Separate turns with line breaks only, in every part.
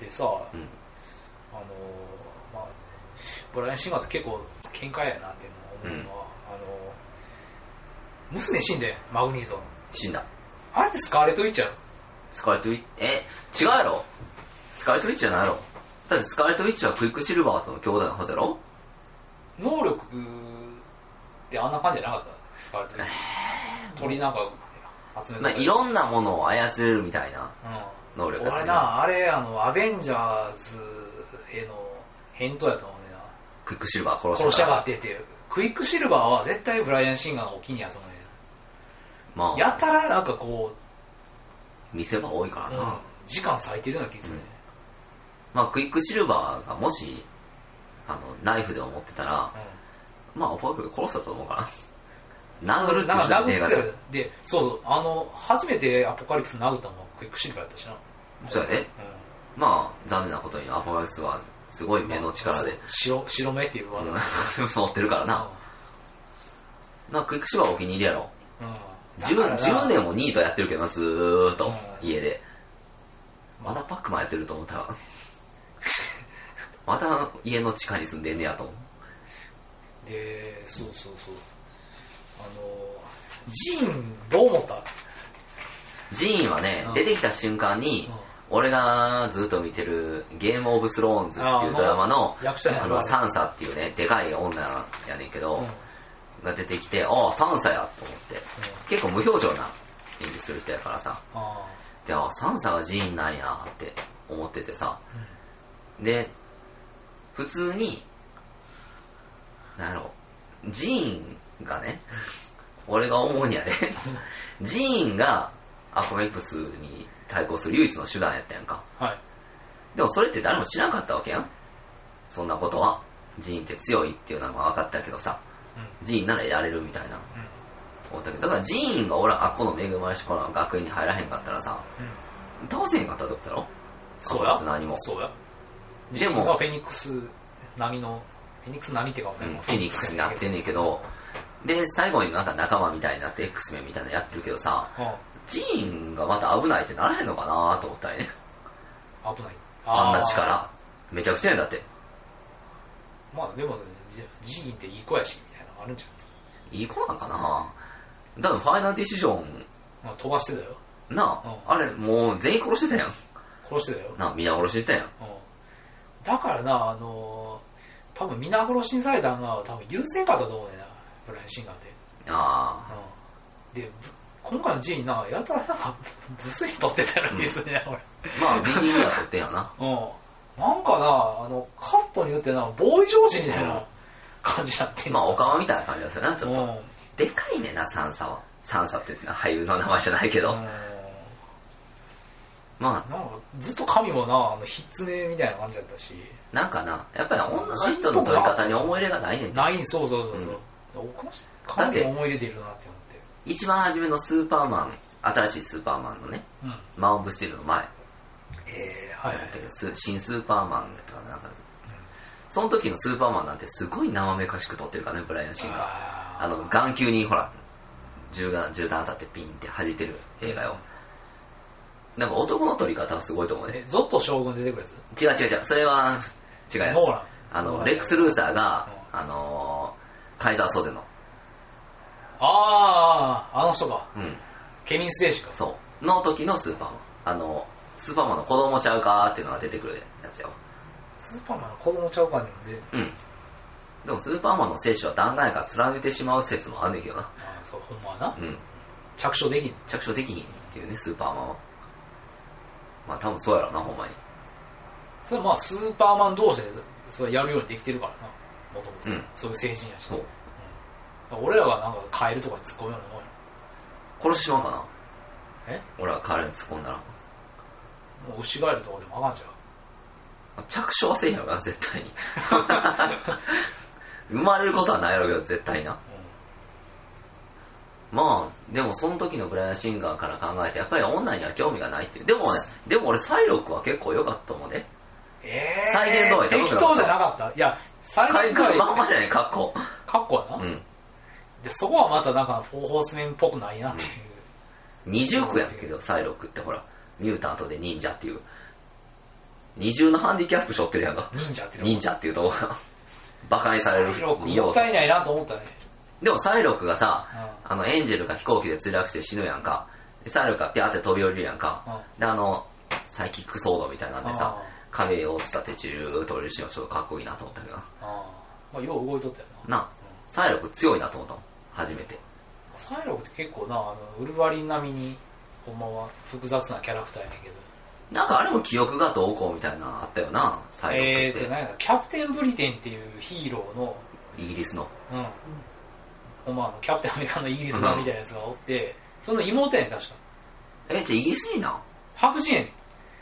でさ、
うん
あのーまあ、ブライアン・シンガーって結構喧嘩やなって思うのは、あのー娘死んでんマグニートの
死んだ。
あれってスカーレット・ウィッチやろ
スカーレットウィッチ、え、違うやろスカーレットウィッチじゃないやろだってスカーレットウィッチはクイックシルバーとの兄弟のはずやろ
能力ってあんな感じじゃなかったスカーレット・ウィッチ鳥なんか集めて
まあ、いろんなものを操れるみたいな
う
能力
ん、俺なあれあのアベンジャーズへの返答やと思うねんな
クイックシルバー殺した
殺しやがってっていうクイックシルバーは絶対ブライアン・シンガーのお気にやと思うねん
まあ、
やたらなんかこ
見せ場多いから
う、う
な。
ん、時間割いてるような気がするね、
まあ、クイックシルバーがもし、あの、ナイフでも持ってたら、
うん
まあ、パーク殺したと思うから。殴るって
なん
言
か
うじゃ
殴っ
ん、
て
映画
る
で。
でそうそうあの初めてアポカリプス殴ったのもクイックシルバーやったしな、
そうやで。
う
まあ、残念なことにアポガリスは、すごい
ん、
目の力で
そう、白白目っていうワードだ
持ってるからな。なんかクイックシルバーはお気に入りやろ。
うんうんだから
10,
な
10年もニートやってるけどな、ずーっと、
うん
家で。まだパックマンやってると思ったら、 また家の地下に住んでんねやと思う。
でそうそうそうあのジーンどう思った、
ジーンはね、
うん
出てきた瞬間に、
うん
俺がずっと見てるゲームオブスローンズっていうドラマの、
あ役者や
あの、サンサっていうね、でかい女やねんけ
うん
ど、が出てきて、ああ、サンサやと思って。結構無表情な演技する人やからさ、
あ
で、ああ、サンサがジーンなんやって思っててさ、
ーうん
で、普通に、なんやろ、ジーンがね、俺が思うんやで、ジーンがアポカリプスに対抗する唯一の手段やったやんか。
はい
でもそれって誰も知らんかったわけやん。そんなことは。ジーンって強いっていうのは分かったけどさ、
うん
ジーンならやれるみたいな
うん
思ったけど、だからジーンが俺はこの恵まれしこの学園に入らへんかったらさ、
うん
倒せへんかったってことだろ
そう
アポカリ
や
プス何
そ
も。
うや
で
まあ
も
フ、ェニックス並みのフェニックス並みっていうか
う
ね
んフェニックスになってんねんけど、で、最後になんか仲間みたいになって X メンみたいなのやってるけどさ、
うん
ジーンがまた危ないってならへんのかなと思ったりね。
危ない
あんな
ー
力。めちゃくちゃやんだって。
まあでもジジーンっていい子やしみたいなのあるんじゃ
いい子なんかな多分ファイナルディシジョン、
ん、まあ、飛ばしてたよ
なあ、あれもう全員殺してたやん。
殺してたよ、
なあ、皆殺ししてたやん。
うん、だからなあのー多分皆殺しにされたんが多分優先かったと思うねんなブライアン・シンガーって、
あ
うん、でぶ今回のジーンなやたらなんか無粋に撮ってたような気がするね、
ーまあ、ビギニーが取ってんやな。
俺うんなんかなあのカットによってなボーイ上司みたいうなん感じになってん
まあ、
の
おかみたいな感じですよな、ちょっ
う
と。
ん
でかいねんな、サンサは。サンサって俳優の名前じゃないけど。
うん
ま
なんかずっと髪もなあのひっつねみたいな感じだったし
あ、なんかな、やっぱり女の人の撮り方に思い入れがないねんて
ないんそうそうそうそう、この人かなり思い出てるなって思って
一番初めのスーパーマン、新しいスーパーマンのね、
うん
マン・オブ・スティールの前、
えー、はいはい
だけどす新スーパーマンだったかな、なんか、その時のスーパーマンなんてすごい生めかしく撮ってるからね、ブライアン・シンが。
あー
あの、眼球にほら、銃弾、銃弾当たってピンって弾いてる映画よ。なんか男の撮り方はすごいと思うね。
えゾッと将軍出てくるやつ
違う違う違う、それは違うやつ
ノーラン。
あ
ノーラ
の、
ン
レックス・ルーサーが、あのー、カイザー・ソーデの、
あああの人か
うん、
ケビン・スペーシーか
そう。の時のスーパーマン。あの、スーパーマンの子供ちゃうかーっていうのが出てくるやつよ。
スーパーマンの子供ちゃうかねんで
うん。でもスーパーマンの精子は断崖が貫いてしまう説もあんねんけどな。
あーそうほんまはな
うん。
着床できん
着床できひんっていうね、スーパーマンは。まあ多分そうやろうな、ほんまに。
それはまあスーパーマン同士でそれやるようにできてるからなもともと
うん
そういう成人やし
そう。
俺らがなんかカエルとかに突っ込むようなもんや
殺してしまうかな。
え
俺は彼に突っ込んだら。
もう牛ガエルとかでもあかんじゃん
着床はせえへんよな、絶対に。 生まれることはないやろうけど、絶対な。まあ、でもその時のブライアン・シンガーから考えて、やっぱり女には興味がないっていう。でもね、でも俺、サイロックは結構良かったもんね。
えー、
再現度合い高くなった
適当じゃなかったいや再
海
現度合
外
い
まんまじゃない、格好。
かっこやな、
うん。
でそこはまたなんかフォーホースメンっぽくないなっていう、
二重苦やんけど、サイロックってほら、ミュータントで忍者っていう。二重のハンディキャップ背負ってるやんか。
忍者っていうの
忍者っていうとこが、バカにされる
広くも
要
っ
素
た。いないなと思ったね
でもサイロックがさ
う、
あの、エンジェルが飛行機で墜落して死ぬやんか。でサイロックがピャーって飛び降りるやんか。で、あの、サイキックソードみたいなんでさ
あー、
壁を伝って中ーっと降りるシーンはちょっとかっこいいなと思ったけどな。
ああまあよう動いとったよな
な、サイロック強いなと思ったもん。初めて。
サイロックって結構なあのウルヴァリン並みにほんまは複雑なキャラクターやねんけど
なんかあれも記憶がどうこうみたいなのあったよな、サイ
えー
ロック
と
って。
何やったキャプテンブリテンっていうヒーローの
イギリスの。
うんほんまあのキャプテンアメリカのイギリス版みたいなやつがおってその妹やねん確か
え、じゃあイギリスにな。
白人やねん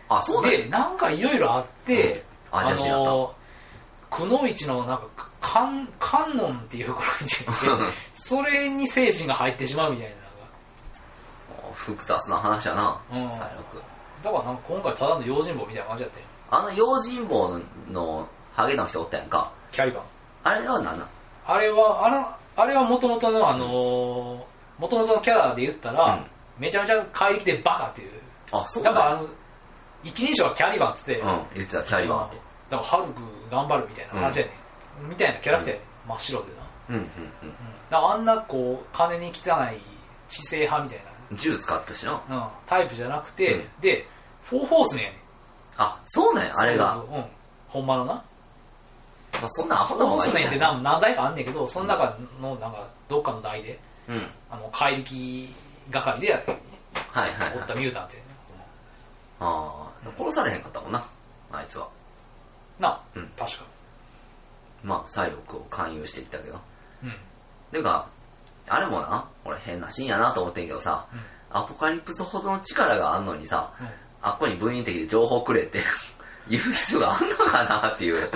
あ、そうだよ。
でなんかいろいろあって、
うんあ、じゃあ知らんかっ
のくのいちのなんか観観音っていうくのいち
た。
がいてそれに精神が入ってしまうみたい
もう複雑な話やな、
なのが、うん、
サイロック。
だからなんか今回ただの用心棒みたいな感じだったよ
あの用心棒ののハゲの人おったやんか。
キャリバン
あれは何なん
あれはあらあれはもともとのあのもともとのキャラで言ったら、
うん
めちゃめちゃ怪力でバカっていう
あ、そ
だ
う
か
だ
らあの一人称はキャリバンっつって、
うん、言ってた、キャリバーって。
だからハルク頑張るみたいな感じやね、ん、みたいなキャラクターやねん真っ白でな、
うん、うん、
うんだからあんなこう金に汚い知性派みたいな
うん。銃使ったしな。
うん、タイプじゃなくて、
うん
で、フォーホースねんやねん。
あ、そうなんや、あれが。
そうそうそううん。ほんまのな。
まあ、そんなアホ
フォー
なも
ホ
ん
ー
はい
ス
い
ねん
ん
っ
や
て何何台かあんねんけど、その中の、なんか、どっかの台で、
うん。はい
あの、怪力係でやってんね
はいは
おった
い。
ミュータンってね。
ああ、殺されへんかったもんな、あいつは。
うんな、
うん
確か。
まあ、サイロックを勧誘していったけど。
うん。
てか、あれもな、俺変なシーンやなと思ってんけどさ、
うん
アポカリプスほどの力があんのにさ、
うん
あっこに文員的で情報くれって 言う必要があんのかなっていう。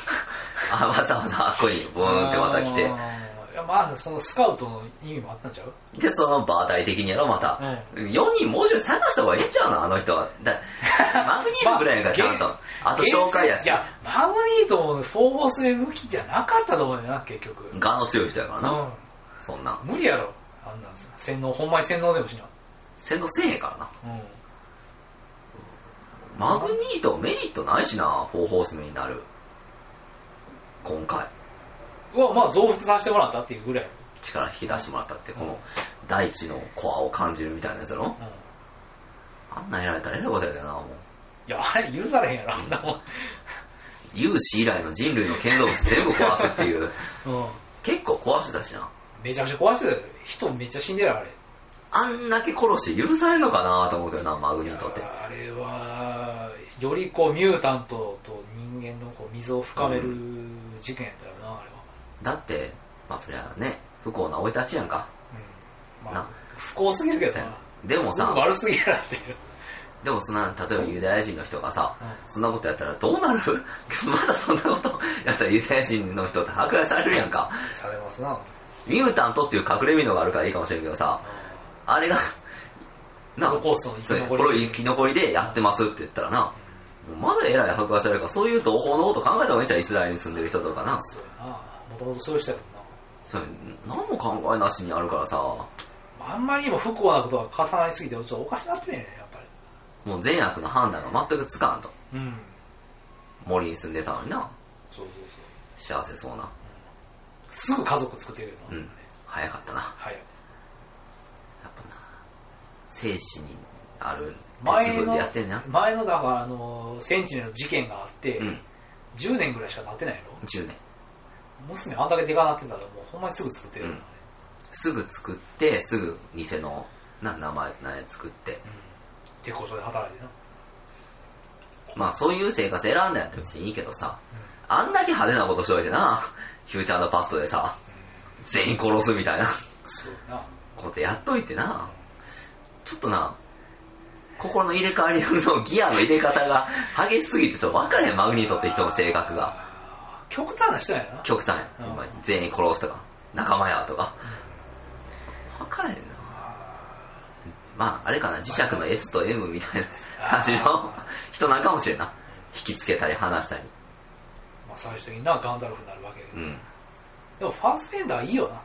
あ、わざわざあっこにブーンってまた来て
あ。ーいや、まあ、そのスカウトの意味もあったんちゃう
で、その場体的にやろ、また。4人もうちょい探した方がええんちゃうのあの人は。だ マグニートぐらいやんか、ちゃんと。あと紹介や
い
し。
や、マグニートもフォーホースで向きじゃなかったと思うよな、結局。う
ガの強い人やからな。
ん。
そんなん。
無理やろ。あんなんさ洗脳、ほんまに洗脳でもしな。
先導せえへんからな。
うん。
マグニートメリットないしな、フォーホースメンになる。今回、
はまあ増幅させてもらったっていうぐらい、
力引き出してもらったって、この大地のコアを感じるみたいなやつだろ
うん、い
あんなんやられたらえらいことやけどな、もう。
やあれ許されへんやろあんなもん、
有史以来の人類の建造物全部壊すっていう。
うん、
結構壊してたしな。
めちゃくちゃ壊してたよ人めっちゃ死んでるあれ
あんだけ殺して許されるのかなと思うけどな、マグニートって。
あれはよりこうミュータントと人間のこう溝を深める事件やったよな、あれは、
だって、まあそりゃね、不幸な生い立ちやんか。
うんま
な
あ、不幸すぎるけどな
でも
僕
さ、
悪すぎるなっていう
でもそんな、例えばユダヤ人の人がさ、
うん
そんなことやったらどうなる まだそんなことやったらユダヤ人の人って迫害されるやんか。
されますな、
ミュータントっていう隠れ身のがあるからいいかもしれんけどさ、あれが、な
ホロコーストの生き
そう
残り
これを生き残りでやってますって言ったらな、もうまだえらい迫害されるから、そういう同胞のこと考えた方がいいんちゃうイスラエルに住んでる人とかな。
そうやなもともとそういう人やもんな
そう何も考えなしにあるからさ、
あんまりにも不幸なことが重なりすぎてちょっとおかしなってんねんやっぱ
もう善悪の判断が全くつかんと。
りうん
森に住んでたのにな、
そうそうそう
幸せそうな。
すぐ家族作ってるよな、
うん。早かったな。
はい
やっぱな、精神にある鉄
前
分
の
でやってんな。
前のだからあのセンチネルの事件があって、
うん、
10年ぐらいしかなってないやろ
10年。
娘あんだけでかなってたらもうほんまにすぐ作ってるよな、
うんすぐ作って、すぐ偽のな名前名前作って。
鉄工所で働いてな
まあそういう生活選んだんやったら別にいいけどさ、あんだけ派手なことしといてな、フューチャーパストでさ、全員殺すみたいな
そうな
ことやっといてな、ちょっとな、心の入れ替わりのギアの入れ方が激しすぎてちょっと分からへん、マグニートって人の性格が。
あー極端な人やな
極端や、
うん
ほんまに全員殺すとか仲間やとか分からへんなまああれかな磁石の S と M みたいな感じの 人なんかもしれんな引きつけたり離したり
まあ、最終的になガンダルフになるわけやけ
う
ど、
ん
でもファースベンダーいいよな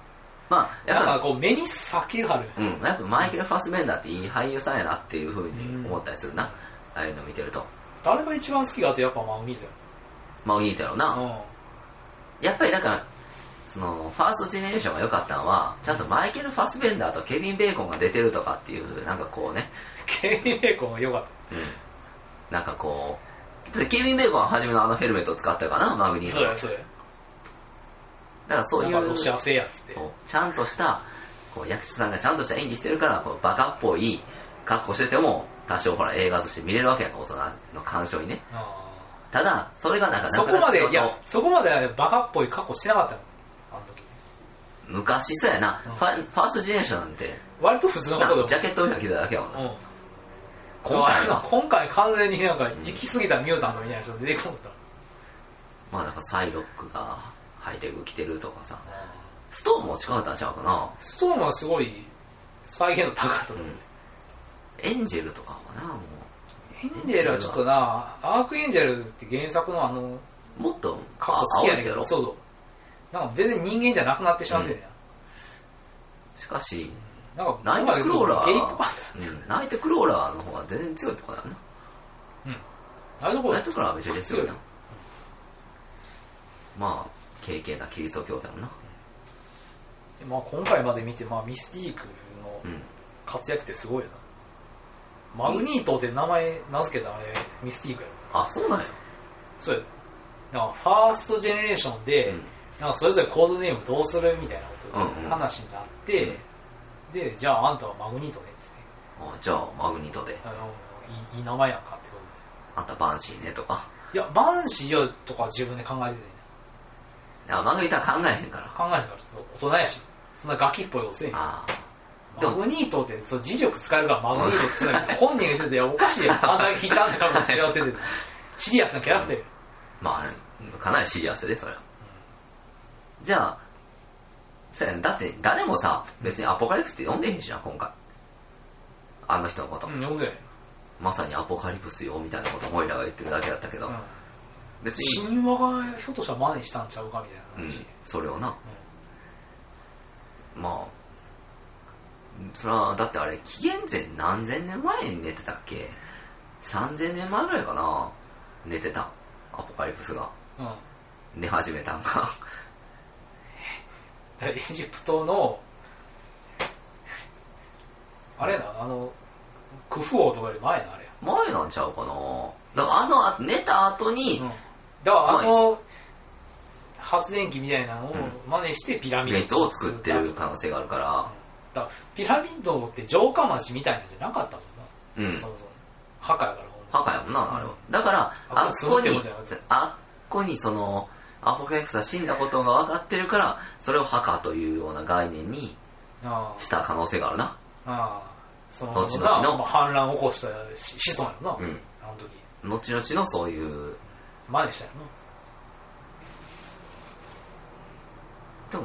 まあやっ
なん
ぱ
かこう目に先がある、
うんやっぱマイケル・ファスベンダーっていい俳優さんやなっていうふうに思ったりするな、ああいうの見てると
誰が一番好きかってやっぱマグニートや
マグニートやろな、
うん
やっぱりだから、その、ファーストジェネレーションが良かったのは、ちゃんとマイケル・ファスベンダーとケビン・ベーコンが出てるとかっていう、なんかこうね、
ケイン・ベーコンは良かっ
うん。なんかこう、だってケビン・ベーコンは初めのあのヘルメットを使ったかな、マグニ
た
ー
そ
ト
う
の。だ
やそうや
からそうい
なんかロ
う、
シア製やつって
こうちゃんとした、こう役者さんがちゃんとした演技してるから、こうバカっぽい格好してても、多少ほら映画として見れるわけやんか、大人の鑑賞にね。
あ
ただ、それがなんか
ー
な
そ
か
こ
な
ま
か
でいやそこまでバカっぽい過去してなかったのあの時
昔そうやな、
うん
ファファーストジェネレーションなんて、
割と普通の
なん
こと
かジャケットを着てただけやもんな。
うん
今回
あ
は、
今回完全になんか行き過ぎたミュータントみたいな人出てこんだ
まあなんかサイロックがハイレグ着てるとかさ、ストーンも近かったんちゃうかな。
ストーンはすごい再現度高かった、
うん。エンジェルとかはな、も
エンジェルはちょっとなアークエンジェルって原作のあの
う、もっと、
過去好きやねんけ
あ
ど
青い人
そうそうなんか全然人間じゃなくなってしまってんね
しかし、
やなんか
ナイトクローラ
ゲイっぽかっ
ー、うん、ナイトクローラーの方が全然強いとこだよな。
たあれとこ
ナイトクローラーはめちゃくちゃ強いな。まあ、軽々なキリスト教だよな。
まあ、今回まで見て、まあ、ミスティークの
うん。
活躍ってすごいよなマグニートって名前名付けたあれミスティークやろ
あ、そうなんや。
そうやなんかファーストジェネレーションで、
うん。
なんかそれぞれコードネームどうするみたいなこと、
うんうん
話になって、で、じゃああんたはマグニートねっ
あじゃあ、マグニートで、
て、あのいいい名前やんかってこ
あんたバンシーねとか。
とで。いや、バンシーよとか自分で考えてて、
あ、マグニートは考えへんから。
考えへんから大人やし、そんなガキっぽいことせえへん。
ああ。で
マ
も
グニートって、そう、磁力使えるからマグニートって言って たけど本人が言ってて、いや、おかしいよ。あんなに悲惨って覚悟してやってて、シリアスなキャラクターよ
まあ、かなりシリアスで、それは。じゃあ、そうやねだって誰もさ、別にアポカリプスって読んでへんしな、今回。あの人のこと。
うん、読んでない。
まさにアポカリプスよ、みたいなことモイラが言ってるだけだったけど、
うん
別に、
神話がひょっとしたら真似したんちゃうかみたいな
う
話。
ん、それをな、まあ、それは、だってあれ、紀元前何千年前に寝てたっけ ?3000 年前ぐらいかな寝てた。アポカリプスが。
うん。うん
寝始めたんか。
エジプトのあれやなあのクフ王とかより前やなあれや、
前なんちゃうかなだからあのあ、寝た後に、
だからあの発電機みたいなのを真似してピラミッ
別
ド
を作ってる可能性があるか
だからピラミッドって城下町みたいなんじゃなかったもん
ら、うん
な、そ。もそも墓やからほんま
墓やもんな、あれは。だから、
あ
あそこに
そういうことじゃなく、
あっこにその、アポカリプスが死んだことが分かってるから、それを墓というような概念に
あ
した可能性があるな。
あああその
後々の
まあ反乱を起こした子子孫やろな、
うん。
あの時
後々のそういう、
真似したやろな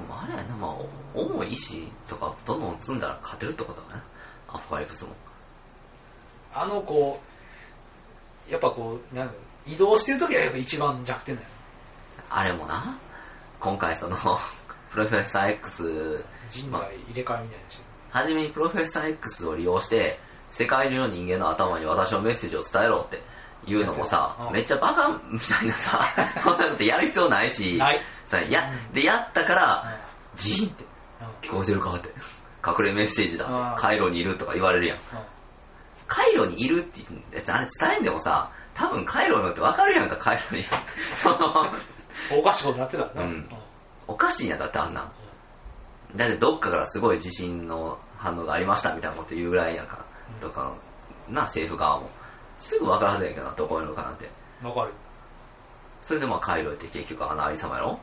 でもあれやな、まあ、重い石とかどんどん積んだら勝てるってことかな。アポカリプスも。
あのこうやっぱこうなん移動してる時はやっぱ一番弱点だよ
あれもな、今回その、 プロフェッサー X
人体入れ替えみたいなし、
はじめにプロフェッサー X を利用して、世界中の人間の頭に私のメッセージを伝えろって言うのもさ
う、ん
めっちゃバカみたいな さ、そんなことやる必要ないし、
ない
さや
う、ん
で、やったか
うん
ら、ジーンって、聞こえてるかって、隠れメッセージだ
う
っ
ん
て、カイロにいるとか言われるやん。カイロにいるって、別にあれ伝えんでもさ、多分カイロのってわかるやんか、カイロにいる。 その、
うんおかしいことになってたな、
うんおかしいんやだってあんなん。だってどっかからすごい地震の反応がありましたみたいなこと言うぐらいやから、
うん
とか、な、政府側も。すぐ分からずやけどな、どこにいるかなんて。
わかる
それでまあ、カイロって結局あのありさまやろ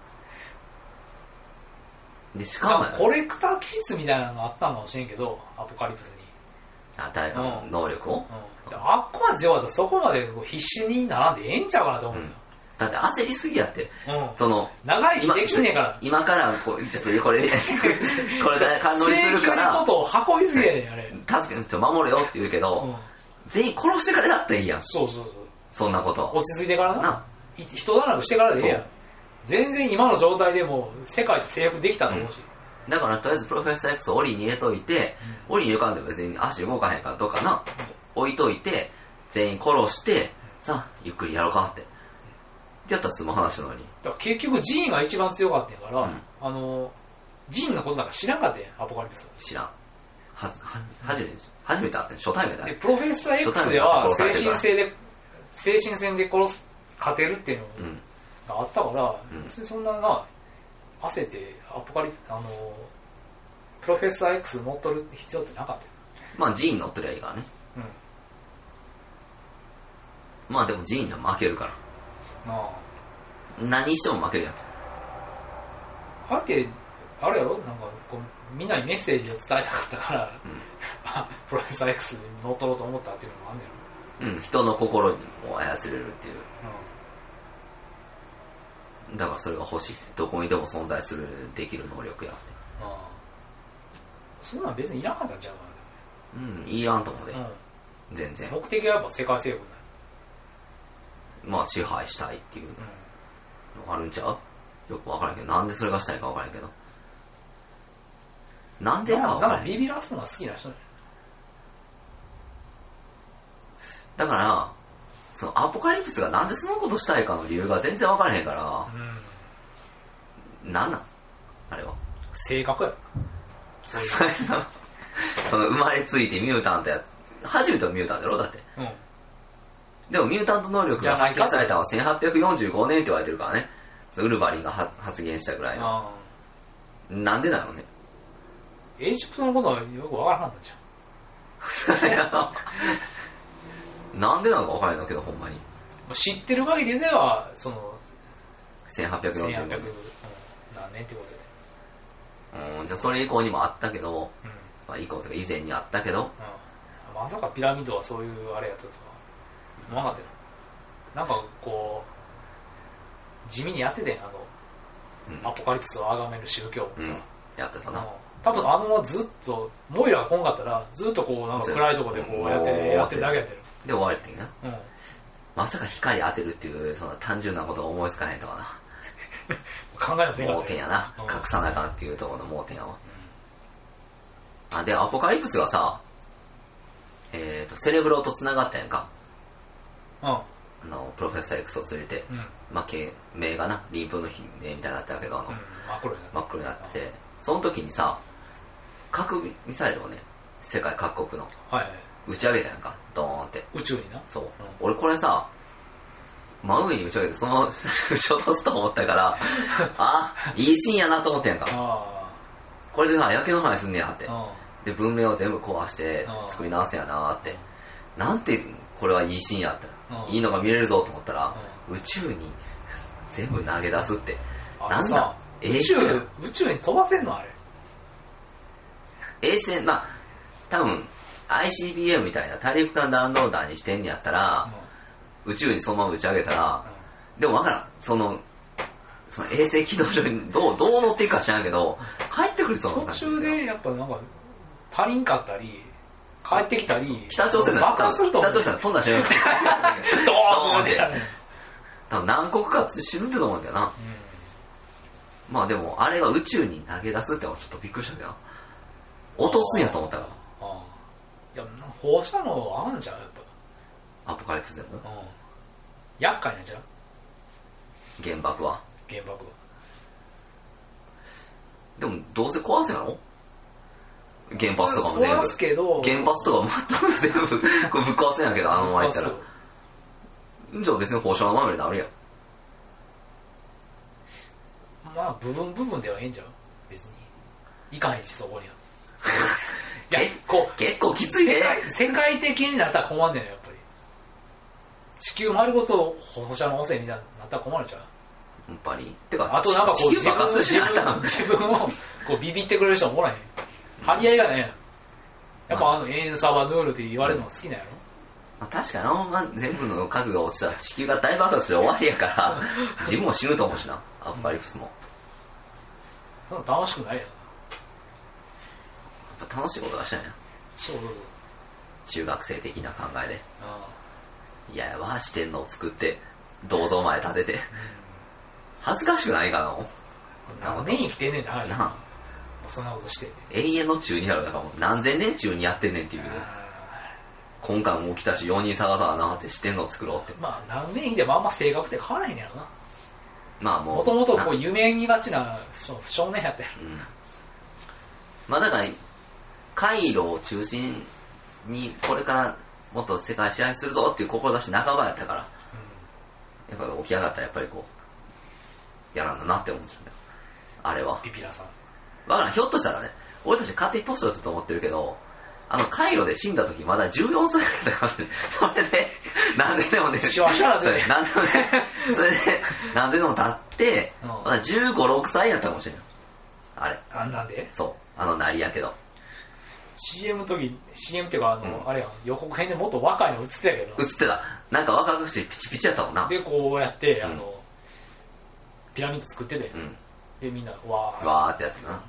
で、しかも
なんか
やな
コレクター技術みたいなのがあったんかもしれんけどアポカリプスに、
あ誰かの能力を、
うん、であっこまで強かったらそこまでこう必死にならんでええんちゃうかなと思うよ、
だって焦りすぎやって、
うん
その、
長生きできんねえから
今からこう、ちょっとこ れで、これから感動にする
正
か
確なこ
ら、
とを運びすぎやねんあれ、
助けの人守れよって言うけど、
うん、
全員殺してからだったらいいやん、
そうそうそう
そんなことは。
落ち着いてからな
ない
人だらけしてからでええやん
そう
全然今の状態でもう世界制約できたと思うし、
だからとりあえずプロフェッサー X を檻に入れといて、檻に入れかんでも別に足動かへんからとかな、置いといて、全員殺して、さあゆっくりやろうかってってやったら済む話なのに
だから結局ジーンが一番強かったんやから、
うん
あのジーンのことなんか知らんかったやんアポカリプス
知らんはは初めて初めて会ってん初対面だ
で
ね
プロフェッサー
初
X
対面
では
殺さ
精
れてるから
神性で精神戦で殺す勝てるっていうの
うん
があったから、
うん
別にそんなな焦ってアポカリプあのプロフェッサー X 乗っ取る必要ってなかったよ
まあジーン乗ってりゃいいからね
うん
まあでもジーンには負けるから
なあ
何しても負けるやん
あれって、あれやろなんかこう、みんなにメッセージを伝えたかったから、 プロレス X に乗っ取ろうと思ったっていうのもあんね
うん人の心を操れるっていう
やろ。
だからそれが欲しいどこにでも存在するできる能力やって
うん。ああ。そんなん別にいらなかったんちゃうか
うんいいやんと思うで、
な、
全然
うん。目的はやっぱ世界征服
まあ支配したいっていう
だよ。
のがあるんちゃうよくわからんけどなんでそれがしたいかわからんけどなん
うん。
で
で、
か
な
わ
ん
から
か
ん
ビビらすのが好きな人ね。
だからそのアポカリプスがなんでそのことしたいかの理由が全然わからへんから
うん。
なんなんあれは
性格やろ。そうい
その生まれついてミュータントや初めてのミュータントやろだって
う。うん。
でもミュータント能力が発見されたのは1845年って言われてるからねそのウルヴァリンが発発言したぐらいの
ああ。
なんでなのね
エジプトのことはよくわからなかったんちゃ
なんでなのかわからへんのけどほんまに
う。知ってる限りでは、その、
1845
1800、
年
うん、何年ってことで。
うんじゃあそれ以降にもあったけど、
うん。
まあ、以降というか以前にあったけど
うんまさかピラミッドはそういうあれやったとは思わなかったよなんかこう地味にやっててんあ
うん
のアポカリプスを崇める宗教も
う
さ、
んやってた
うん
な
多分あのままずっとモイラが来んかったらずっとこうなんか暗いとこでこうやって
うん
やってるだけやってる
で終わりっていうな
うん
まさか光当てるっていうその単純なことが思いつかないとは
考えなせ
な
か
ん盲
った
点
よ
やな
うん
隠さなあかんっていうところの盲点やわあでアポカリプスがさえっ、とセレブロと繋がったやんか
う
あのプロフェッサー X を連れて、
んうんうん
まあ、け名がな臨風の姫みたいになったけどあの、
真っ黒にな
真っ黒になっててその時にさ核ミサイルをね世界各国の
はいはい
打ち上げたやんかドーンって
宇宙にな
そう、
ん
俺これさ真上に打ち上げてその まま撃ち落とすと思っ たからあいいシーンやなと思ってんやんか
あ
これでさ野球の話すんねやって
あ
で文明を全部壊して
うん
作り直すんやなってなんてこれはいいシーンやった
うん
いいのが見れるぞと思ったら宇宙に 全部投げ出すって
うん
なんだ
あのさ
衛
宇宙
星や
宇宙に飛ばせんのあれ
衛星まあ多分 ICBM みたいな大陸間弾道弾にしてんねやったら、宇宙にそのまま打ち上げたら、
うんうん
でもわからん。その、その衛星軌道上にどう、どう乗っていくか知らんけど、帰ってくると思う
途中でやっぱなんか足りんかったり帰ってきたり
北朝鮮の
爆発すると思う
北朝鮮の飛んだ瞬間
ドーンっ
ド
て
ーンって多分何国か沈んでたと思うんだよな。まあでも、あれが宇宙に投げ出すってのはちょっとびっくりしたけどな。落とすんやと思ったから。
ああいや放射能あんじゃんやっ
アポカリプスでも
ぱ、うん、厄介なんじゃん
原爆は。
原爆は
でも、どうせ壊すやろ原発とかも全部
壊。すけど
原発とかも全部、これぶっ壊せんやけど、あのままいったら
壊。
じゃあ別に放射能まみれになるやん。
すまあ部分部分ではええんじゃん別にいかへんしそこ にはいやこう
結構きつい
世
ね。
界世界的になったら困んねんよやっぱり地球丸ごと放射能汚染みたいになったら困るじゃん
やっぱり。てか、
あとなんかこう
地球爆発し
自
ちゃった
分
の。
自分をこうビビってくれる人もおらへん。張り合いがね、やっぱあのエンサバドゥールって言われるのが好きなんやろ
まあ確かに、あのまま全部の核が落ちたら地球が大爆発して終わりや から、自分も死ぬと思うしな、アッパリプスも。
そんなの楽しくないやん。
やっぱ楽しいことがしたいな。
そうそう
中学生的な考えで。
そ
いや、やば、四天王作って、銅像前立てて。恥ずかしくないか
う。何年生きてんねんって話
な。
やん
なあ
そんなことしてて。
永遠の中二やろ、だからもう何千年中にやってんねんっていう。今回も起きたし、4人探さなあってしてんの作ろうって。
まあ何年でもあんま性格って変わらへんねやろな
まあもう。
もともとこう
な
夢見がちな少少年やったやろ
うん。まあだから、カイロを中心に、これからもっと世界支配するぞっていう志半ばやったから、やっぱり起き上がったらやっぱりこう、やらんだなって思うんですよね。あれは。
ピピラさん
わからん、ひょっとしたらね、俺たち勝手に年取ったと思ってるけど、あの、カイロで死んだ時まだ14歳だったからね、それで、なんででもね、
シワシワだ
そ
ぜ
れなんでもね、それで、なんででも立って、
うん
まだ15、6歳やったかもしれない。あれ、
あんなんで
そう、あの、なりやけど。
CM の時 CM っていうかあの、
うん
あれやん予告編でもっと若いの映ってたけ
映
ど
ってた。なんか若々しいピチピチやったもんな。
でこうやって
う
あ
ん
の、ピラミッド作ってて、
うん。
でみんなわー
わーってやってたな。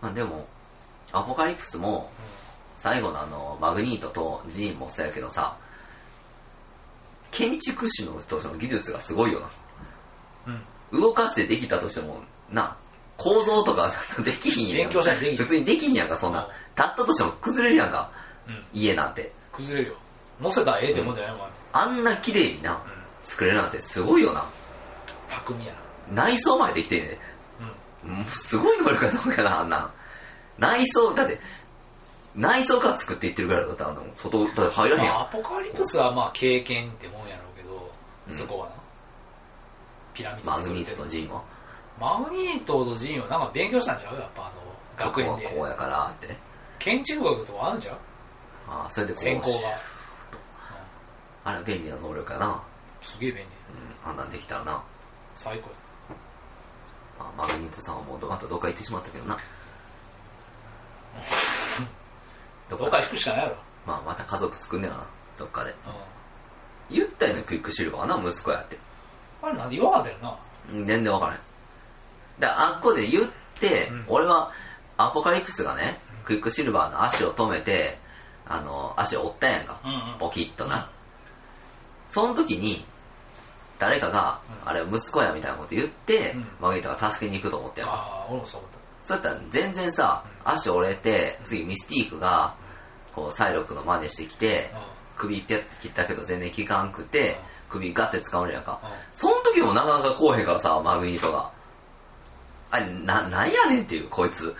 まあでも、アポカリプスも、最後のあの、マグニートとジーンもそうやけどさ、建築士のとしての技術がすごいよな。
うん、うん
動かしてできたとしても、な、構造とかできひんや
勉
ん。
強したらできひん
普通にできひんやんか、そんな。立ったとしても崩れるやんか、
うん、
家なんて。
崩れるよ乗せたらええってもんじゃないもん、うん、
あんな綺麗にな、作れるなんてすごいよな。
巧みやな
内装までできてんね。
うん
もうすごい能力やと思うけどな、あんなん。内装、だって、内装から作っていってるぐらいだったら、あの外、だって入らへんや
ま
ん
あ、アポカリプスはまあ経験ってもんやろうけど、
うん
そこはなピラミッド
マグ
作
ニ
っ
ー
て
トと
る
ジーンは。
マグニートとジンはなんか勉強したんちゃうやっぱあの学園
ここはこ
で
うやからって。
建築学とかあるんちゃう
ああ、それでこう。
専攻が
あれ、便利な能力やな。
すげえ便利
うん、あんなんできたらな。
最高
まあ、マグニートさんはもうどまたどっか行ってしまったけどな。ど
や
っ
どっ
か
か行くしかないやろ、
まあ、また家族作んねやろな。どっかで。
うん、
言ったよね、クイックシルバーな、息子やって。
あれなんで言わなかったよ
うん全然わからへん。だから、あっこで言って、
うん
俺は、アポカリプスがね、クイックシルバーの足を止めて、あの、足を折ったやんか。
なうんうん
ポキッとな。その時に、誰かが、
うん
あれ息子やみたいなこと言って、
うん
マグニートが助けに行くと思ってやん
ああ俺もそう思っ
そうやったら全然さ、足折れて、次ミスティークが、こう、サイロックの真似してきて
た、うん
首ピャって切ったけど全然効かんく
う
て
ん、
首ガッて掴まれるやんか
うん。
その時もなかなかこうへんからさ、マグニートが。あれ、な、なんやねんっていう、こいつ。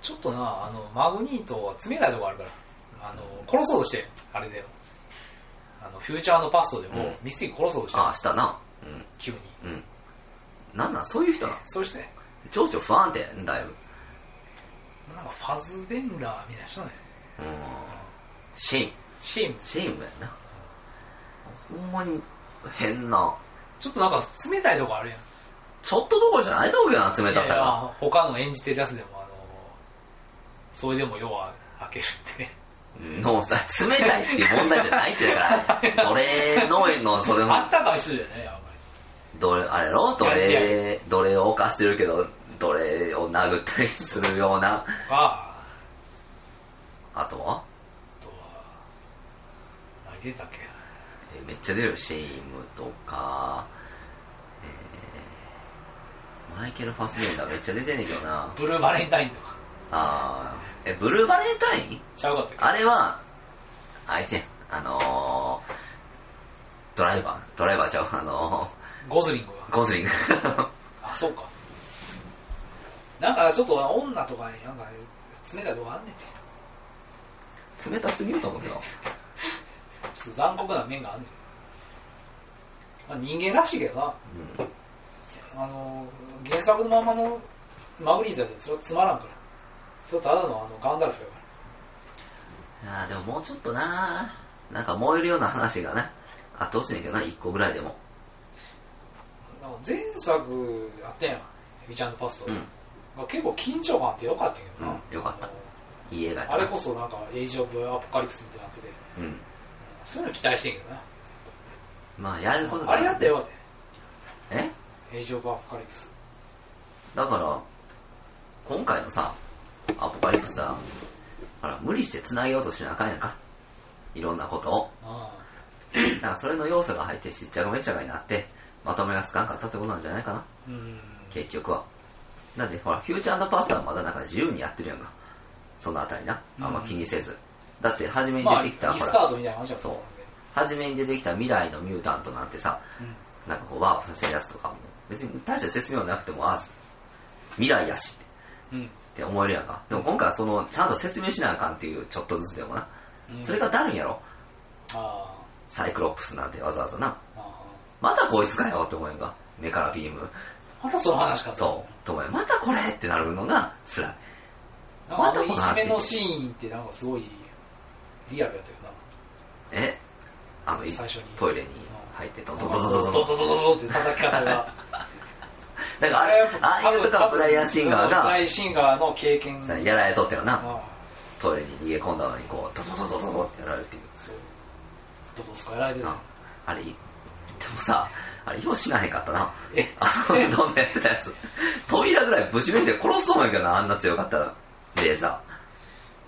ちょっとなあのマグニートは冷たいとこあるからあの殺そうとしてあれだよあのフューチャーパストでも、
うん
ミスティック殺そうとして
ああ、したな。
急に
うん、うん。なんなん、そういう人なん。
そうして
情緒不安定やん、だいぶ。
なんかファズベンダーみたいな人ね。
うん。シェイム。
チーム。
シェイムやんな。ほんまに、変な。
ちょっとなんか冷たいとこあるやん。
ちょっとどころじゃないと思うけどな、冷た
いや
さ
いや
が。
他の演じてるやつでも、あの、それでも要は開けるってね。
のさ、冷たいっていう問題じゃないってだ から、奴隷農園の、それも、
あったかい人だよね、やっぱ
奴隷、あれやろ奴
いや
隷、奴隷を犯してるけど、奴隷を殴ったりするような、
り。あ
あ
あ
とは、
とは、何出てたっけ
えーめっちゃ出るよ、シェイムとか、えーマイケル・ファスベンダーめっちゃ出てんねんけどな。
ブルーバレンタインとか。
あー、え、ブルーバレンタイン
ちゃうかったっけ
あれは、あいつやん、あのー、ドライバー、ドライバーちゃう、あの
ゴズリングが。
ー、ゴズリング。
あ、そうか。なんかちょっと女とかになんか冷たいとこあんねんて。
冷たすぎると思うけど。
ちょっと残酷な面があんねん。まあ、人間らしいけどな。
うん
あの原作のままのマグニートだとそれはつまらんからそれただのあのガンダルフやか
あーでももうちょっとななんか燃えるような話がねあってほしいねんけどな1個ぐらいでも
らなんか前作あったやんエビちゃんとパスト、
うん
まあ結構緊張感あってよかったけどな、
うんよかったいい映画やっ
あ
たな
れこそなんかエイジ・オブ・アポカリプスみたいになってて
うん
そういうの期待してんけどな
まあやること
あれやったらよかったよ
え
エイジ・オブ・アポカリプス
だから今回のさアポカリプスさほら無理して繋げようとしなあかんやんかいろんなことを
あ
だからそれの要素が入ってしっちゃがめっちゃがになってまとめがつかんかったってことなんじゃないかな
あうん
結局はだってほらフューチャーパスタはまだなんか自由にやってるやんかそのあたりなあんま気にせず、だって初めに
ま
出
あ、
て
リ
き
ス
た、
タ
ほ
ー
ら
トみたいな話だったもん
初めに出てきた未来のミュータントなんてさ
ね。
なんかこうワープさせるやつとかも別に大して説明はなくてもあ未来やしって
うん。うん
って思えるやんかでも今回はそのちゃんと説明しなあかんっていうちょっとずつでもな、
うん
それがダルんやろ
あ
サイクロプスなんてわざわざな
ーあ
またこいつかよって思えんが目からビーム
ー。またその話かと
そうと思えまたこれってなるのが辛い
なんかあのい
またこの
じ
話
めのシーンってなんかすごいリアルやったよな。
えあのい
最初に
トイレに入ってドドドドドド
ドドドドドって叩き方が。
だからあれああいうとかブライアン・シンガー
ブラ
が
イアン・シンガーの経験。
さやられとったよな
あ
トイレに逃げ込んだのにこうドドドドドドってやられるっていう
ーそう。ドドスコやられてた
な。あれでもさあれよう死なへんかったな
え
あのどんなやってたやつ扉ぐらいぶち抜いて殺すと思うんやけどなあんな強かったらレーザ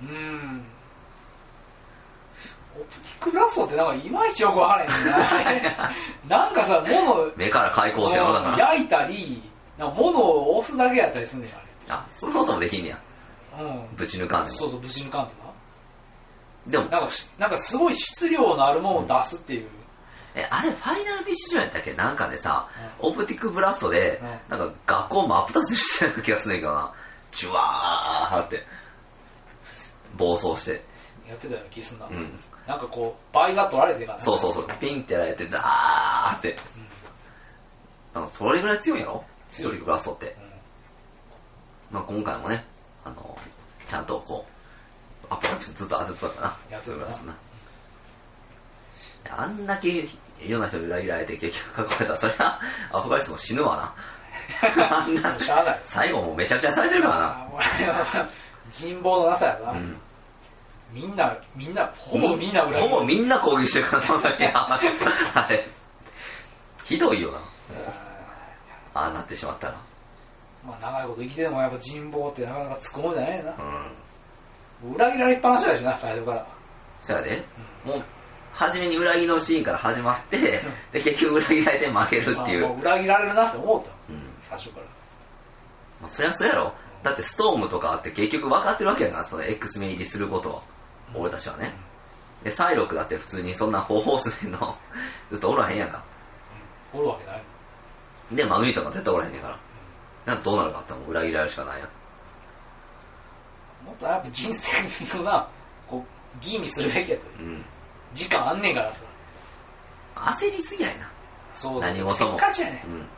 うーん。オプティックラストってなんかいまいちよくわからへんねんな。なんかさ、物
ー、目から開口せやろだから
焼いたり、なんか物を押すだけやったりすんねん、あ
あそのこともできんねや
れ。うん。
ぶち抜かんで
そ
も
うそう、無事にかんと
でも
な。なんかし、なんかすごい質量のあるものを出すっていう。
えあれファイナルディッシュジョンやったっけなんかでさオプティックブラストで
うん
なんか学校真っ二つにしてた気がすんねんけどなジュワーって暴走して
やってたような気すんな。
うん
なんかこう、倍が取られてから
そうそうそうピンってやられてダーってあのそれぐらい強いんやろ
強い
オプティックブラストって
う、
まあ、今回もねあのちゃんとこうアップライスずっと当ててたからな
やってたな
ブラストなあんだけいろんな人に裏切られて結局囲れたらそれはアフガニスタンも死ぬわな あん
ん。も
な
うしゃあない。
最後もうめちゃくちゃされてるか
あー俺は人望のなさやな。
らなうん
みんな、みんな、ほぼみんな裏切る
ほぼみんな攻撃してるからその時あれひどいよなああなってしまったら
まあ、長いこと生きててもやっぱ人望ってなかなかつくもんじゃないな
う。ん
裏切られっぱなしだしな、最初から。
そやで、もう初めに裏切りのシーンから始まってで結局裏切られて負ける っていう
まあもう裏切られるなって思うと。
うん
最初から。
まあ、そりゃそうやろだってストームとかって結局分かってるわけやなその X メ入りすることは俺たちはねでサイロクだって普通にそんな方法するの ずっとおらへんやんか
おるわけない。
でマグニートが絶対おらへんねんからなんかどうなるかってもう裏切られるしかないやん
もっとやっぱ人生のな、こう、吟味するべきやと。
うん
時間あんねんからさ。
焦りすぎやいな
そう
何事も
せっかちやね
うん
ん。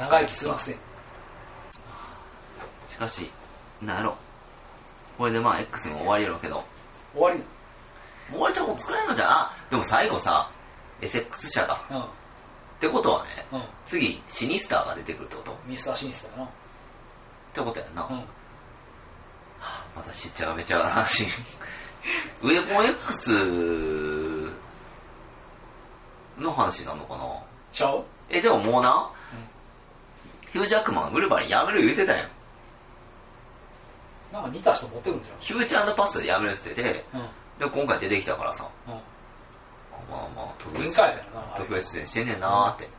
長生きするくせに。
しかしなんやろこれでまあ X も終わりやろうけど
終わり
もう俺ちゃんも作らんのじゃんあでも最後さ SX 社だ
だ。
ってことはね
うん。うん。
次シニスターが出てくるってことっ
ミスターシニスターや
てことやんな、
な。うん。
またしっちゃがめちゃな話。 ウェポン X の話なのかな
ちゃう
え、でももうな、ヒュージャックマン、ウルバリン辞める言うてたやん。
なんか似た人持ってくるんじ
ヒューチャーパスタで辞めるって言ってて、
ゃん。うん。
でも今回出てきたからさ、
うん。
あまあまあ、特
限
別、
界だよな。あれ
特別出演してんねんなーって。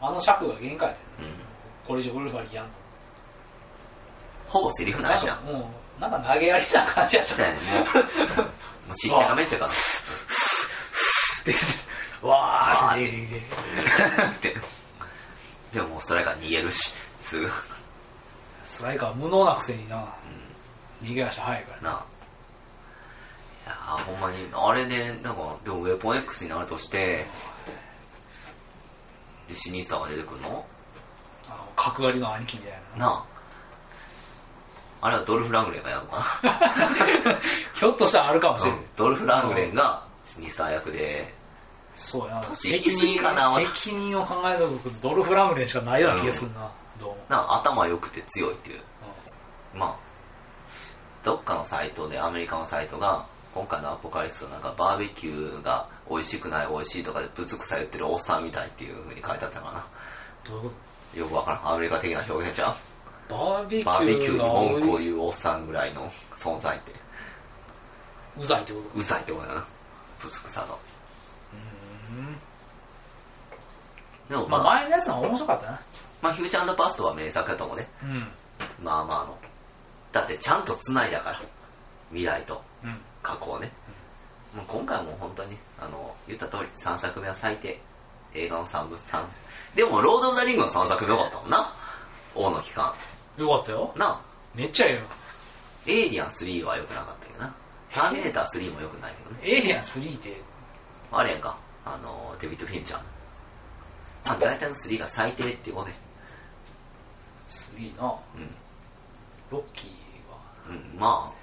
あの尺が限界だよ。
うん。
これ以上ウルファリンやんの。
ほぼセリフないじゃん。
なんかうん。なんか投げやりな感じやった
そうやねん、も う、もうしっちゃがめっちゃかな。
わ
ーって
って。
って。でももうそれから逃げるし、すぐ。
ストライカーは無能なくせにな。逃げ出し早いからな。
なあいやあほんまにあれでなんかでもウェポン X になるとしてでシニスターが出てくるの
あの、角刈りの兄貴みたいな。
なああれはドルフ・ラングレンがやるのか
ひょっとしたらあるかもし
な、
れん。
ドルフ・ラングレンがシニスター役で
そうやな。
年いきすぎかな
責任を考えたとドルフ・ラムレンしかないような気がするな。どうも。
なあ頭良くて強いっていうまあどっかのサイトでアメリカのサイトが今回のアポカリストなんかバーベキューが美味しくない美味しいとかでぶつくさ言ってるおっさんみたいっていう風に書いてあったからな
どういうこ
よくわからんアメリカ的な表現じゃん
とバーベキューが
バーベキューに文句を
う。
言うおっさんぐらいの存在って、
うざいってことか。
うざいってことだな。ぶつくさの。でも
ま
ま
あ
あ、
前のやつの方が面白かったな。
まあ、ヒューチャーパストは名作やと思うね。
うん。
まあまあの。だってちゃんと繋いだから。未来と。
うん。
加工ね、もう今回はもう本当にあの言った通り3作目は最低映画の3分3でも「ロード・オブ・ザ・リング」の3作目よかったもんな王の期間
よかったよ。
なあ
めっちゃええよ。
エイリアン3は良くなかったけどなターミネーター3も良くないけどね
エイリアン3って、
あれやんかあのデビッド・フィンチャーのまあ大体の3が最低っていうことで
3な、
うん
ロッキーは、
うん、まあ、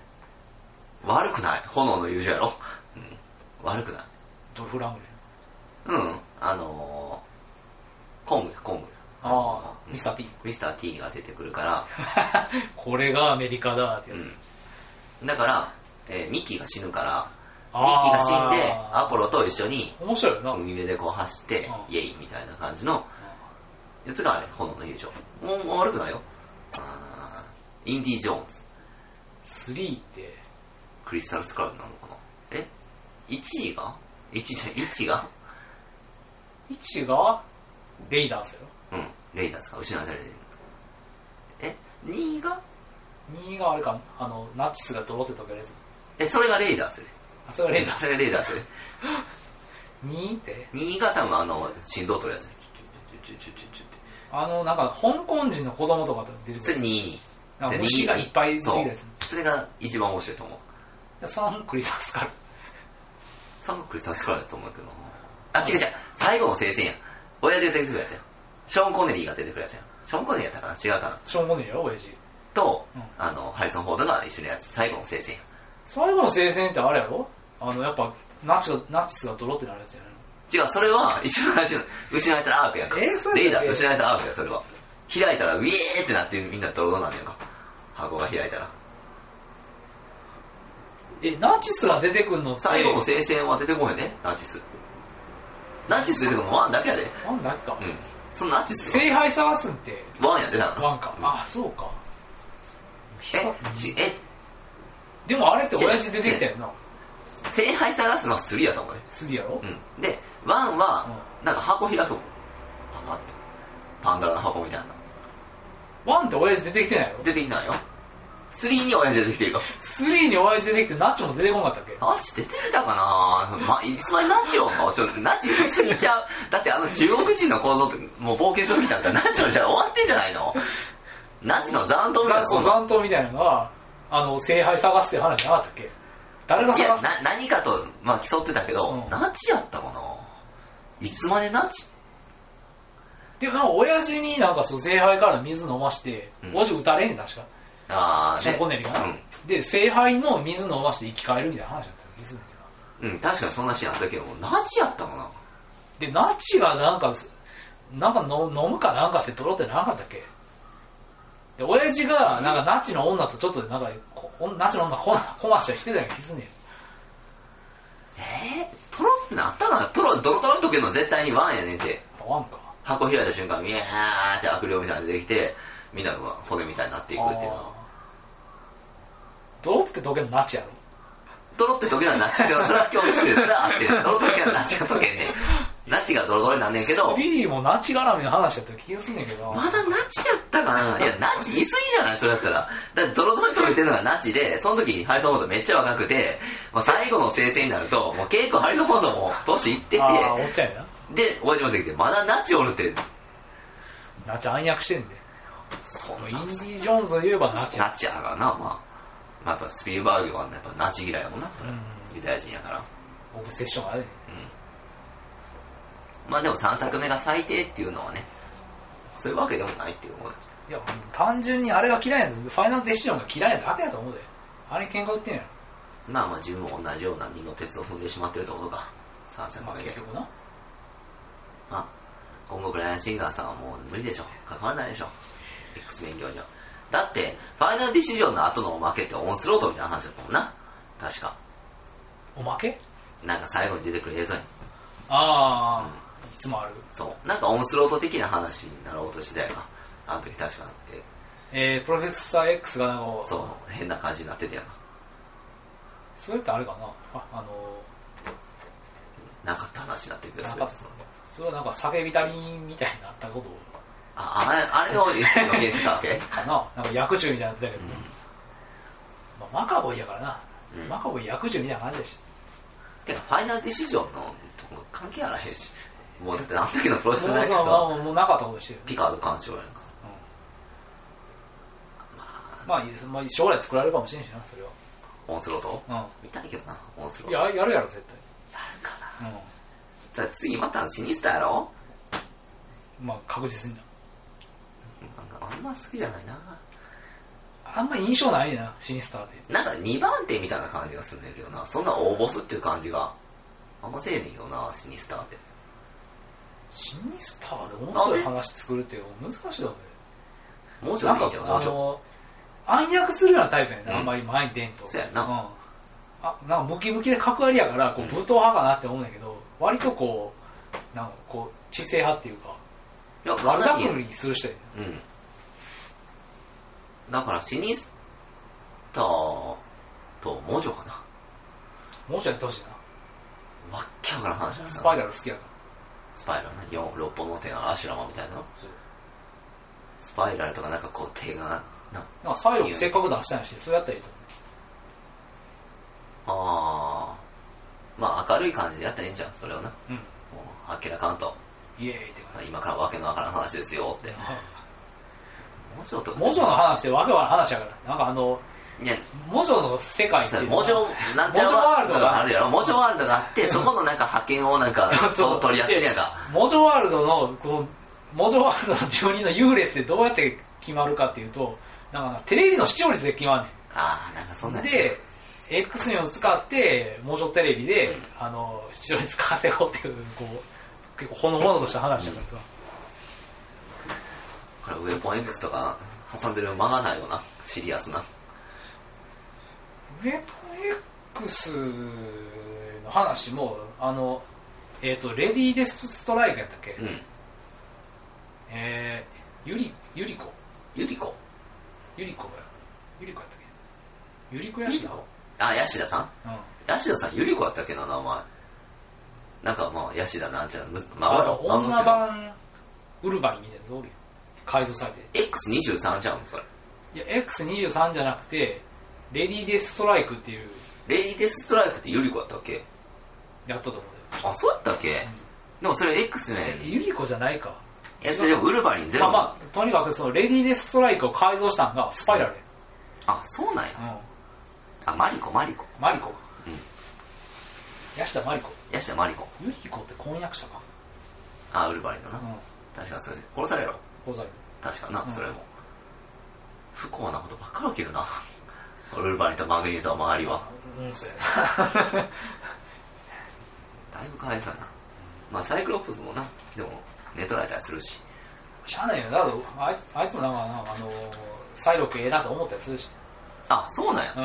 悪くない。炎の友情やろ。うん、悪くない。
ドルフ・ラングレン。
うん、あのー、コングや、コング。
ああ、
うん
ミスター P。
ミスター T が出てくるから、
これがアメリカだってやつ。
うん。だから、えーミッキーが死ぬから、ミッ
あー
キーが死んで、アポロと一緒に、
面白いよな。
海辺でこう走って、
う
イエイみたいな感じの、やつがあれ、炎の友情。もう、もう悪くないよ。あーインディ・ージョーンズ。
3って、
クリスタルスクラブなのかなえ ?1 位が ?1 じゃない、1が
1が、レイダースよ。
うん、レイダーズか、失われてる。え、2位が
2があれか、あの、ナチスが泥って溶けるやつ。
え、それがレイダーズ。
あ、それがレイダース。
それがレイダーズ。
2って、
2位が多分あの、心臓取るやつ。チュチュチュチュチュチュチュって
あの、なんか、香港人の子供とかと出てく
それ
る。
2位に。
なんか
じゃあ
虫がいっぱい出て
そ
くるや
う
つ。。
それが一番面白いと思う。
3、クリスマスカル。
それもクリスタルスクラブだと思うけど。あ、違う違う。最後の聖戦や。親父が出てくるやつや。ショーン・コネリーが出てくるやつや。ショーン・コネリーやったかな違うかな
しょうもねえよ、親父。
と、
うん
あの、ハリソン・フォードが一緒のやつ。最後の聖戦や。
最後の聖戦ってあれやろあの、やっぱ、ナチがナチスが泥ってなるやつじゃないの
違う、それは、一番最初の、失われたらアークやんか。
えーそうだっけ
レーダーと失われたらアークや、それは。開いたら、ウィーってなってみんなドロドロなんねんか。箱が開いたら。
え、ナチスが出てくんのって、
最後の聖戦は出てこへんね、ナチス。ナチス出てくるのワンだけやで。
なんだっけか
う。ん。そのナチスは
聖杯探すんって、
ワンやでなの。
ワンか。あ、そうか。
え、ち、え、
でもあれって親父出てきたよな。
聖杯探すのは3やと思うね。
次やろ
うん。で、ワンは、なんか箱開くもん。パカって。パンドラの箱みたいな。
ワンって親父出てきてないやろ
出てきないよ。3に親父出てきてるよ。
3に親父出てきてナチも出てこなかったっけ
ナチ出てきたかなま、いつまでナチオンかちょっとナチ言いすぎちゃう。だってあの中国人の構造ってもう冒険してきたんからナチオンじゃ終わってんじゃないのナチの残党みたいな
そう
構造。
残党みたいなのが、あの、聖杯探すっていう話じゃなかったっけ誰が
いや
探、す
な、何かと、まあ、競ってたけど、
うん
ナチやったかないつまでナチ
でもなんか親父になんかそう聖杯から水飲まして
う、ん
親父撃たれへん確か。
あー
ショーンコネリーがな
ね。
で、聖杯の水飲まして生き返るみたいな話だったよ、水飲んでな
うん。うん、確かにそんなシーンあったけど、もうナチやったかな
で、ナチがなんか、なんかの飲むかなんかして取ろうってなかったっけで、親父が、なんかナチの女とちょっとなんか、こナチの女こコマーシャルしてたような気すんねん。
えー、トロってなったかなトロ、ドロドロっとけるの絶対にワンやねんて。
ワンか。
箱開いた瞬間、ミャーって悪霊みたいなの出てきて、みんなが骨みたいになっていくっていうのは。
ドロって溶けるのナチやろ。
ドロって溶けるのはナチけど、それは恐怖してる、それはあってる。ドロ溶けるのはナチが溶けんねん。ナチがドロドロになんねんけど、
3もナチ絡みの話だったような気がすんねんけど
ま。だナチやったかないや、ナチ言いすぎじゃないそれだったら。だってドロドロに溶けてるのがナチで、その時にハリソン・フォードめっちゃ若くて、もう最後の生成になると、もう結構ハリソン・フォードも年いってて、
ああー、おっちゃんや
で、親父も出てきて、まだナチおるって、
な。ナチ暗躍してんで。
そ
も
ん
う
な
インディ・ジョーンズを言えばナチや。
ナチやからな、まあ。まあ、やっぱスピルバーグはやっぱナチ嫌いやもんな、それ
うん
ユダヤ人やから。
オブセッションあれ。
まあでも3作目が最低っていうのはね、そういうわけでもないっていうこと
いや、もう単純にあれが嫌いなんだ。ファイナルデシジョンが嫌いなだけだと思うで。あれに喧嘩売ってんやろ。
まあまあ自分も同じような二の鉄を踏んでしまってるってことか。3作
まあ
目で
結。局な。
まあ、今後ブライアン・シンガーさんはもう無理でしょ。関わらないでしょ。X 勉強上。だって、ファイナルディシジョンの後のおまけってオンスロートみたいな話だったもんな。確か。
おまけ
なんか最後に出てくる映像に。
ああ、いつもある。
そう。なんかオンスロート的な話になろうとしてたやんか。あの時確か。え
えー、プロフェッサー X がなんか、
そう、変な感じになってたやんか。
それってあれかな。ああの
なかった話になってくる
ー、
や
な
つ
んか、それはなんか叫びたりみたいになったこと
あ、あれ、あれを予見してたわけ
かな。なんか薬中みたいになってたけど。まあ、マカボイやからな。
うん
マカボイ役中みたいな感じでして
か、ファイナルディシジョンのとこ関係あらへんし。もうだってあの時のプロレス
た
じ
もうそ
ゃないです
う
か。
もうもうなかったことしてる
ピカード艦長やんか。
まあいいです、まあ、将来作られるかもしれんしなそれ
オンスロート
は
見たいけどな、オンス
うん
ロー
い
ト。
ややるやろ絶
やるかな。
対うん
だから次またシニスタやろ
まあ確実にな
なんかあんま好きじゃないな。
あんま印象ないねんなシニスターで
なんか2番手みたいな感じがするんだけどな。そんな大ボスっていう感じが。あんませえねんけどな、シニスターって。
シニスターで面白い話作るって難しいだろ
もうちょ
ないん
でい
か
いじゃん、も
あ
うちょ
の暗躍するようなタイプやね、
うん
あんまり前に出んと
そうやな
うんあなんかムキムキで角ありやからこう
うん
武闘派かなって思うんだけど、割とこうなんかこう知性派っていうか
い。いや、かな
体
り
組みにする人やね
うん。だから、シニスターとモジョかな。
もうちょいやってほしい
わっけわからん話だ
な
な。
スパイラル好きやか
スパイラルな。4、6本の手がアシュラマみたいな
ら。
スパイラルとかなんかこう手が、な、
なんかサイロンせっかく出したんやしそうやったらいいと
あー。まあ明るい感じでやったらいいんじゃん、それをな。も
思う
う、はっきらかんと。
うんイエーイって感
今からわけのわからん話ですよって
じ。
モジョとか。
モジョの話ってわけわからん話やからなんかあの
いや、
モジョの世界って
そ
いう
れ、
の
モ
は
ジョ、なんちゃら
モジョワールドが
あるやろ、モジョワールドがあって、そこのなんか派遣をなん か、
そう
そう取り合ってるやんか。
モジョワールドの、この、モジョワールドの住人の優劣でどうやって決まるかっていうと、なんかテレビの視聴率で決まんね。
あー、なんかそんなんん
で、X メンを使って、モジョテレビで、あの、視聴率稼ごうっていう、こう、結構ほのぼのとした話だからさ。
これウェポン X とか挟んでる間がないよな。シリアスな。
ウェポン X の話も、あの、えっ、と、レディーデスストライクやったっけ、
うん。
えー、ゆり、ゆりこ
ユリコ。
ゆりこが、ゆりこやったっけゆりこやしだ
あ、ヤシダさん
うん。
ヤシダさん、ユリコやったっけな、名前。なんかまあ、ヤシダなんちゃら、むま
あの
あ、あの
女版ウルバリンみたいなのおるよ改造されて
X23 じゃうん、それ。
いや X23 じゃなくてレディー・デス・ストライクっていう
レディデストライクってユリコやったっけ
やったと思うんだ
あ、そうやったっけでもそれ X ね
よ、えゆり子じゃないか
いや、それでもウルバリンゼ
ま
ロ
あ。まあとにかくそのレディー・デス・ストライクを改造したんがスパイラル
あ、そうなんや。
や、
あ、マリコ、マリコ。
うん、マリコ
うん
ヤシタマリコ
ヤシダマリコ。
ゆり子って婚約者か
あ、ウルバリンだ
う
な。
ん
確かそれ、殺されろ。
ござる
確かな、
うん
それも。不幸なことばっかり起きるな。 ウルバリンとマグニーと周りは。
うんそうやな
だいぶかわいそうやな。まあサイクロプスもな、でも寝取られたりするし。
しゃあないよだからあいつあいつもなんかなあのサイロクええなと思ったりするし
あ、そうなんや。
う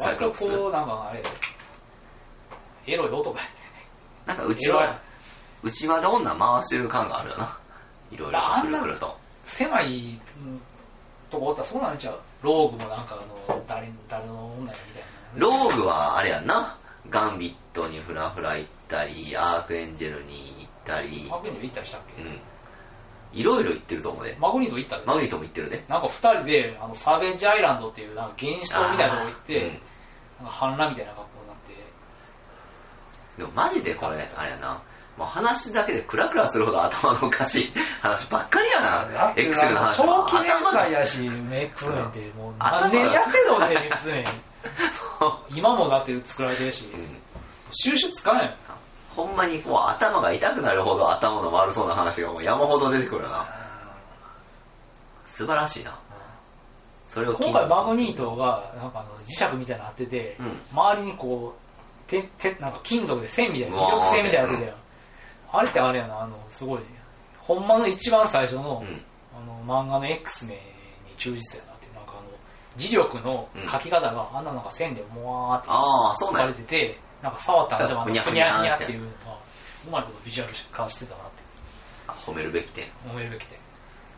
ん。
サイ
割
クロ
と
プス
こう、なんかあれ、エロい男やね。
なんかうち
いろいろ
は、うちはで女回してる感があるよな。いろいろ
あ
く
ん
る
な
くると。
狭いうんとこおったらそうなんちゃうローグもなんかあの、誰、誰の女やみたいな。
ローグはあれやんな。ガンビットにフラフラ行ったり、アークエンジェルに行ったり
マ、グニード行ったりしたっけ
うん。いろいろ行ってると思うで。
マグニード行ったで
マグニートも行ってるで。
なんか二人で、あの、サーベージアイランドっていう、なんか原始島みたいなとこ行って、
あーうん
なんか反乱みたいな格好になって、
でもマジでこれ、あれやな。もう話だけでクラクラするほど頭のおかしい 話ばっかりやな。X の話は
長期連
頭が
載やし、X メンって、もう
頭が
何年やってんのね、X メン。今もだって作られてるし、
ん
収集つかないよ。
ほんまにこう頭が痛くなるほど頭の悪そうな話がもう山ほど出てくるな。素晴らしいな。それを聞い
今回マグニートがなんかあの磁石みたいなの当てて、
うん
周りにこうててなんか金属で線みたいな磁力線みたいなの当てたよ、あれってあれやなあのすごいほんまの一番最初の,、
うん
あの漫画の X 名に忠実やなっていうなんかあの磁力の書き方があんななんか線でもわーって
ああ、そう
書
な
か
ん
れ
や
て。てなんか触ったらじゃあ
ふ
ふ
に
に
ゃ
ゃ
ふ
ふ
にゃ
にゃっていうのがうまいことビジュアル化してたなって
あ褒めるべき点。
思えるべきで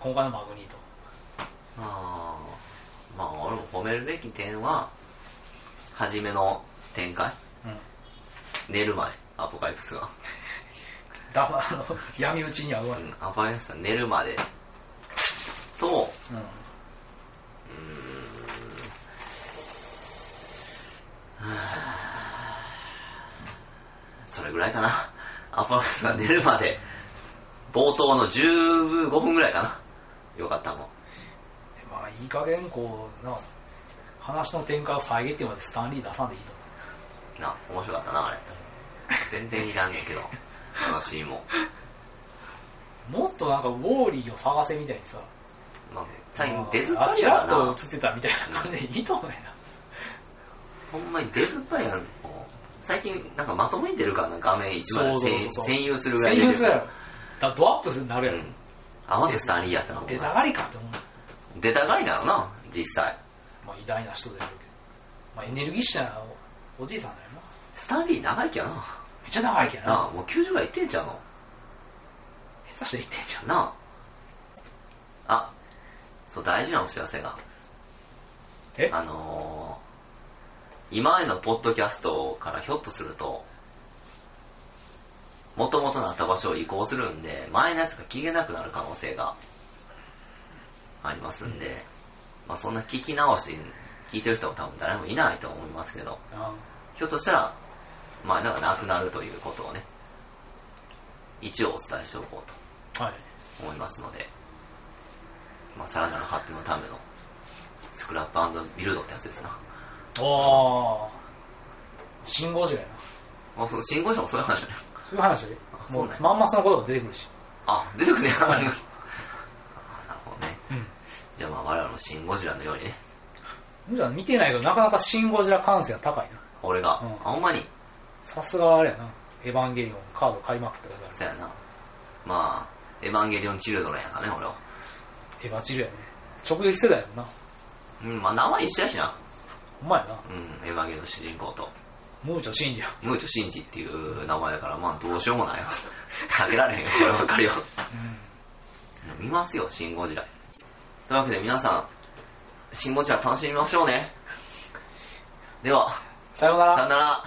今回のマグニート
ああ、まあ俺も褒めるべき点は、初めの展開。
うん
寝る前、アポカリプスが。
だまあの闇討ちに遭うわ
う
け、
ん、アポカリプスは寝るまで。と、
うん
うーんそれぐらいかな。アポロスが寝るまで、冒頭の15分ぐらいかな。よかったもん。
まあいい加減こうな話の展開を遮ってまでスタンリー出さんでいいと思
な、面白かったな、あれ。全然いらんねん けど。話も。
うもっとなんかウォーリーを探せみたいにさ
まあ、最
あ
近
ー
出ずっぱ
あ
り
ち
やからら
っと
な。
映ってたみたいな感じでいいと思うよな
ほんまに出ずっぱりやん。もう最近、なんかまとめに出るからな、画面一枚
そうそうそう
占
そう
占有するぐらい
声
出て
優
る
するやろだからドアップになる
う
やろ、
ん。合わせスタンリーやったな、ほん
出た
ま
がりかって思う
出たがりだろうな、実際。
まあ偉大な人であるけど、まあ、エネルギッシュなおおじいさんだよな
スタンリー長生きやな。
めっちゃ長いけど
な
な
あ、もう90ぐらいいってんちゃうの
下手して言ってんじゃん
なあ。あ、そう、大事なお知らせが。
え
あのー、今までのポッドキャストからひょっとすると、元々のあった場所を移行するんで、前のやつが聞けなくなる可能性がありますんで、まあそんな聞き直し、聞いてる人も多分誰もいないと思いますけど、
あ
ひょっとしたら、まあなんかなくなるということをね、一応お伝えしておこうと。
はい
思いますので、まあ、さらなる発展のためのスクラップビルドってやつですな。
おー信号時代な
まあ、その信号車もそういう話じゃない。
そういう話で
あ
も
そうなん
う
や
まんまその言葉出てくるし
あ、出てくるね。 あ
はい
なるほどね。
うん
じゃあまあ我々もシン・ゴジラのようにね、
じゃ見てないけどなかなかシン・ゴジラ感性が高いな
俺が、
うん
あほんまに、
さすがあれやなエヴァンゲリオンカード買いまくったから
そやな。まあ、エヴァンゲリオン・チルドレンやからね、俺は。
エヴァチルやね直撃世代やもんな
うん、まあ名前一緒やしな。
ほんまやな
うん、エヴァンゲリオンの主人公と、
ムーチョ信じや
ムーチョ・シンジっていう名前だから、まあどうしようもないよ。 避けられへんよ、こればっかりは。見ますよ、シン・ゴジラ。というわけで皆さん、シン・ゴジラ楽しみましょうね。では、
さようなら
さよなら。